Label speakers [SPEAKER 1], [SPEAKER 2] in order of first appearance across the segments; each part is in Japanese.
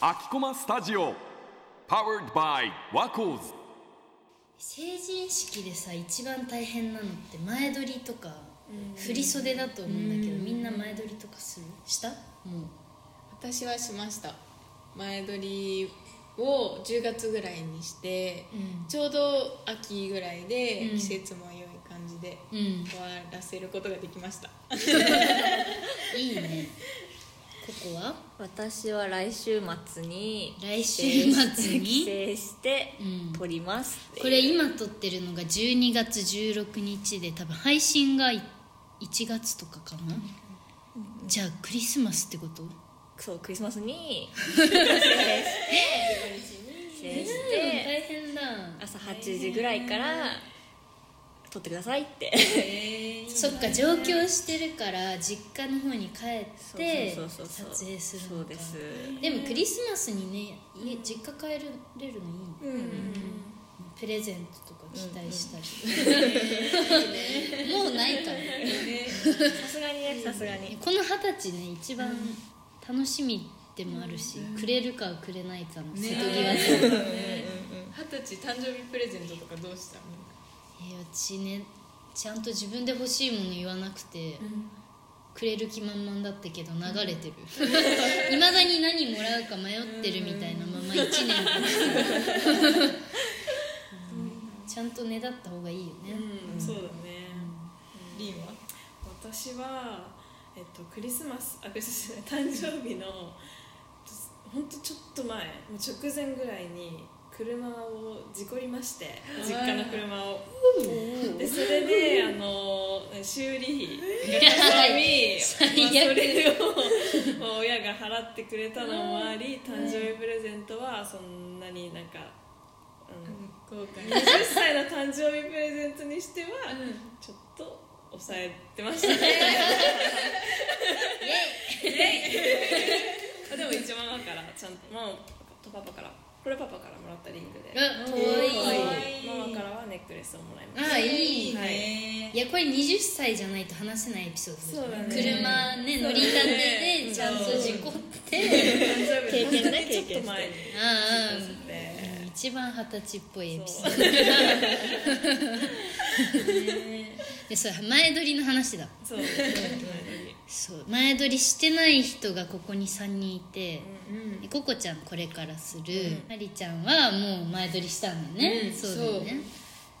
[SPEAKER 1] アキコマスタジオ Powered by ワコーズ
[SPEAKER 2] 成人式でさ一番大変なのって前撮りとか振り袖だと思うんだけどみんな前撮りとかするしたも
[SPEAKER 3] 私はしました前撮りを10月ぐらいにして、
[SPEAKER 2] うん
[SPEAKER 3] ちょうど秋ぐらいで
[SPEAKER 2] うん
[SPEAKER 3] 季節も良い感じで
[SPEAKER 2] ううん
[SPEAKER 3] 終わらせることができました、
[SPEAKER 2] いいねここは
[SPEAKER 4] 私は来週末に
[SPEAKER 2] 来週末
[SPEAKER 4] 帰省
[SPEAKER 2] に
[SPEAKER 4] して
[SPEAKER 2] うん
[SPEAKER 4] 撮りますっていう
[SPEAKER 2] これ今撮ってるのが12月16日で多分配信が1月とかかなじゃあクリスマスってこと
[SPEAKER 4] そうクリスマスに帰省して帰省して
[SPEAKER 2] 大変だ
[SPEAKER 4] 朝8時ぐらいから撮ってくださいって
[SPEAKER 2] そっか上京してるから実家の方に帰って
[SPEAKER 4] そうそうそうそう
[SPEAKER 2] 撮影する
[SPEAKER 4] そ
[SPEAKER 2] の
[SPEAKER 4] う
[SPEAKER 2] か
[SPEAKER 4] です
[SPEAKER 2] でもクリスマスにね家実家帰れるのいいね
[SPEAKER 3] うん
[SPEAKER 2] プレゼントとか期待したりもうないから
[SPEAKER 4] さすがにねさすがに
[SPEAKER 2] この二十歳ね一番楽しみでもあるし、くれるかくれないかの瀬戸際で、
[SPEAKER 3] 二十歳誕生日プレゼントとかどうした
[SPEAKER 2] えーうちねちゃんと自分で欲しいもの言わなくて、くれる気満々だったけど流れ てるいまだに何もらうか迷ってるみたいなまま1年経つうんちゃんとねだった方がいいよね、
[SPEAKER 5] うん、そうだね、
[SPEAKER 3] リンは
[SPEAKER 5] 私は、えっと、クリスマスあクリスマスじゃない誕生日のほんとちょっと前もう直前ぐらいに車を事故りまして実家の車をでそれであの修理費がかかり、
[SPEAKER 2] 最悪
[SPEAKER 5] まあそれを、まあ親が払ってくれたのもあり誕生日プレゼントはそんなになんか、うん、
[SPEAKER 3] 後悔
[SPEAKER 5] 20歳の誕生日プレゼントにしてはちょっと抑えてましたね、あでも一番ママからちゃんとママとパパからこれパパからもらったリングで
[SPEAKER 2] あかわいい、
[SPEAKER 5] ママからはネックレスをもらいました
[SPEAKER 2] ああいい
[SPEAKER 5] はい
[SPEAKER 2] やこれ20歳じゃないと話せないエピソード
[SPEAKER 5] そうだね
[SPEAKER 2] 車ね乗りたてでちゃんと事故って
[SPEAKER 5] 誕生日
[SPEAKER 4] 経験ね
[SPEAKER 5] 本当にちょっと前に
[SPEAKER 2] ああ
[SPEAKER 5] で
[SPEAKER 2] うん一番二十歳っぽいエピソー
[SPEAKER 5] そう
[SPEAKER 2] ドでそう前撮りの話だ
[SPEAKER 5] そうう
[SPEAKER 2] そう前撮りしてない人がここに3人いて、でココちゃんこれからする、マリちゃんはもう前撮りしたんだよね、
[SPEAKER 3] うん
[SPEAKER 2] そうだよね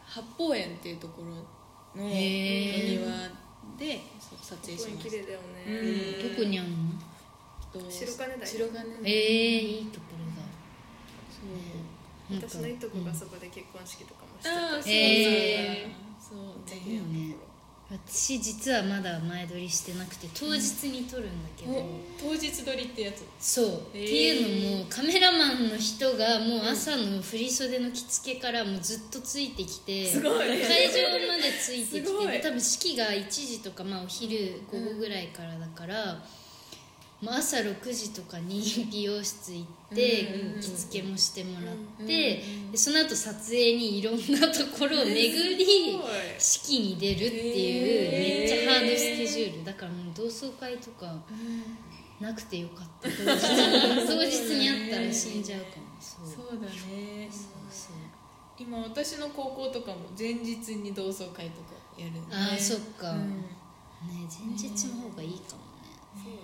[SPEAKER 3] 八方園っていうところのお庭
[SPEAKER 2] へー
[SPEAKER 3] でそう撮影しま
[SPEAKER 5] 綺
[SPEAKER 3] した
[SPEAKER 5] 麗だよ
[SPEAKER 3] う
[SPEAKER 5] ね
[SPEAKER 2] どこにあんの
[SPEAKER 3] と
[SPEAKER 5] 白金台
[SPEAKER 3] 白金
[SPEAKER 2] ええいいところだなん
[SPEAKER 5] 私
[SPEAKER 2] か
[SPEAKER 5] のい
[SPEAKER 2] い
[SPEAKER 5] とこがそこで結婚式とかもして
[SPEAKER 3] ああそうなんだ
[SPEAKER 5] た
[SPEAKER 2] へ
[SPEAKER 3] そうぜ
[SPEAKER 2] いよね私実はまだ前撮りしてなくて当日に撮るんだけど、
[SPEAKER 3] 当日撮りってやつ
[SPEAKER 2] そう、
[SPEAKER 3] えー
[SPEAKER 2] っていうのもカメラマンの人がもう朝の振り袖の着付けからもうずっとついてきて、会場までついてき
[SPEAKER 5] すご
[SPEAKER 2] て
[SPEAKER 5] い
[SPEAKER 2] で多分式が1時とか、まあ、お昼午後ぐらいからだから、まあ、朝6時とかに美容室行って、着付けもしてもらって、でその後撮影にいろんなところを巡り
[SPEAKER 5] ごい
[SPEAKER 2] 式に出るっていうめっちゃハードスケジュールだからもう同窓会とかなくてよかった当日に当日にあったら死んじゃうかもそう
[SPEAKER 3] そうだね
[SPEAKER 2] そう
[SPEAKER 3] 今私の高校とかも前日に同窓会とかやるね
[SPEAKER 2] ああそっか、
[SPEAKER 3] う
[SPEAKER 2] ね
[SPEAKER 3] ん
[SPEAKER 2] 前日の方がいいかもね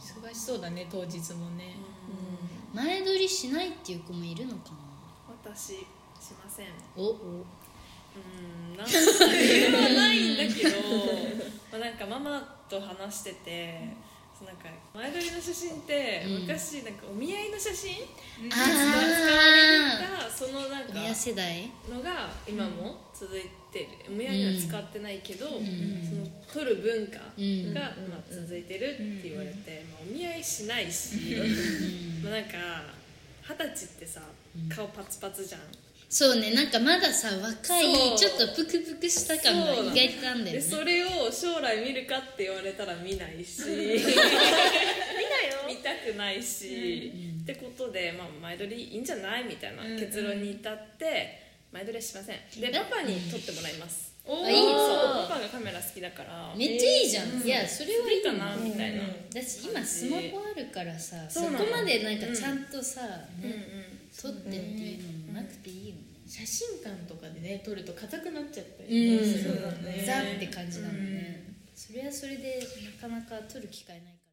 [SPEAKER 3] 忙しそうだね当日もね
[SPEAKER 2] 前撮りしないっていう子もいるのかな
[SPEAKER 5] 私しません
[SPEAKER 2] お
[SPEAKER 5] うんなんか理由はないんだけどまあなんかママと話しててそうなんか前撮りの写真って
[SPEAKER 2] うん
[SPEAKER 5] 昔なんかお見合いの写真
[SPEAKER 2] あ
[SPEAKER 5] が使われ
[SPEAKER 2] あ
[SPEAKER 5] てたそのなんか
[SPEAKER 2] 親世代
[SPEAKER 5] のが今も続いてるお見合いには使ってないけどその
[SPEAKER 2] ん
[SPEAKER 5] 撮る文化が
[SPEAKER 2] うん
[SPEAKER 5] まあ続いてるって言われてまあお見合いしないしまあなんか二十歳ってさ顔パツパツじゃん
[SPEAKER 2] そうねなんかまださ若
[SPEAKER 5] そ
[SPEAKER 2] いうちょっとプクプクした感が
[SPEAKER 5] そうなの
[SPEAKER 2] 意外とあんだよ
[SPEAKER 5] で
[SPEAKER 2] ね
[SPEAKER 5] それを将来見るかって言われたら見ないし見なよ見たくないし、ってことで、まあ、前撮りいいんじゃないみたいな結論に至って、前撮りはしませんでパパに撮ってもらいます、
[SPEAKER 2] あいい
[SPEAKER 5] そうパパががカメラ好きだから
[SPEAKER 2] めっちゃいいじゃん、いやそれはいい
[SPEAKER 5] 好きかな
[SPEAKER 2] の
[SPEAKER 5] みたいな、
[SPEAKER 4] うん
[SPEAKER 2] だし今スマホあるからさそ
[SPEAKER 5] そうなの
[SPEAKER 2] こまでなんかちゃんとさ、
[SPEAKER 5] うんう
[SPEAKER 2] ね
[SPEAKER 5] ん
[SPEAKER 2] 撮ってっていうのもなくていいよね、
[SPEAKER 6] 写真館とかでね撮ると硬くなっちゃった
[SPEAKER 2] うん
[SPEAKER 6] りねするもんね
[SPEAKER 2] ザって感じだもんね、それはそれでなかなか撮る機会ないから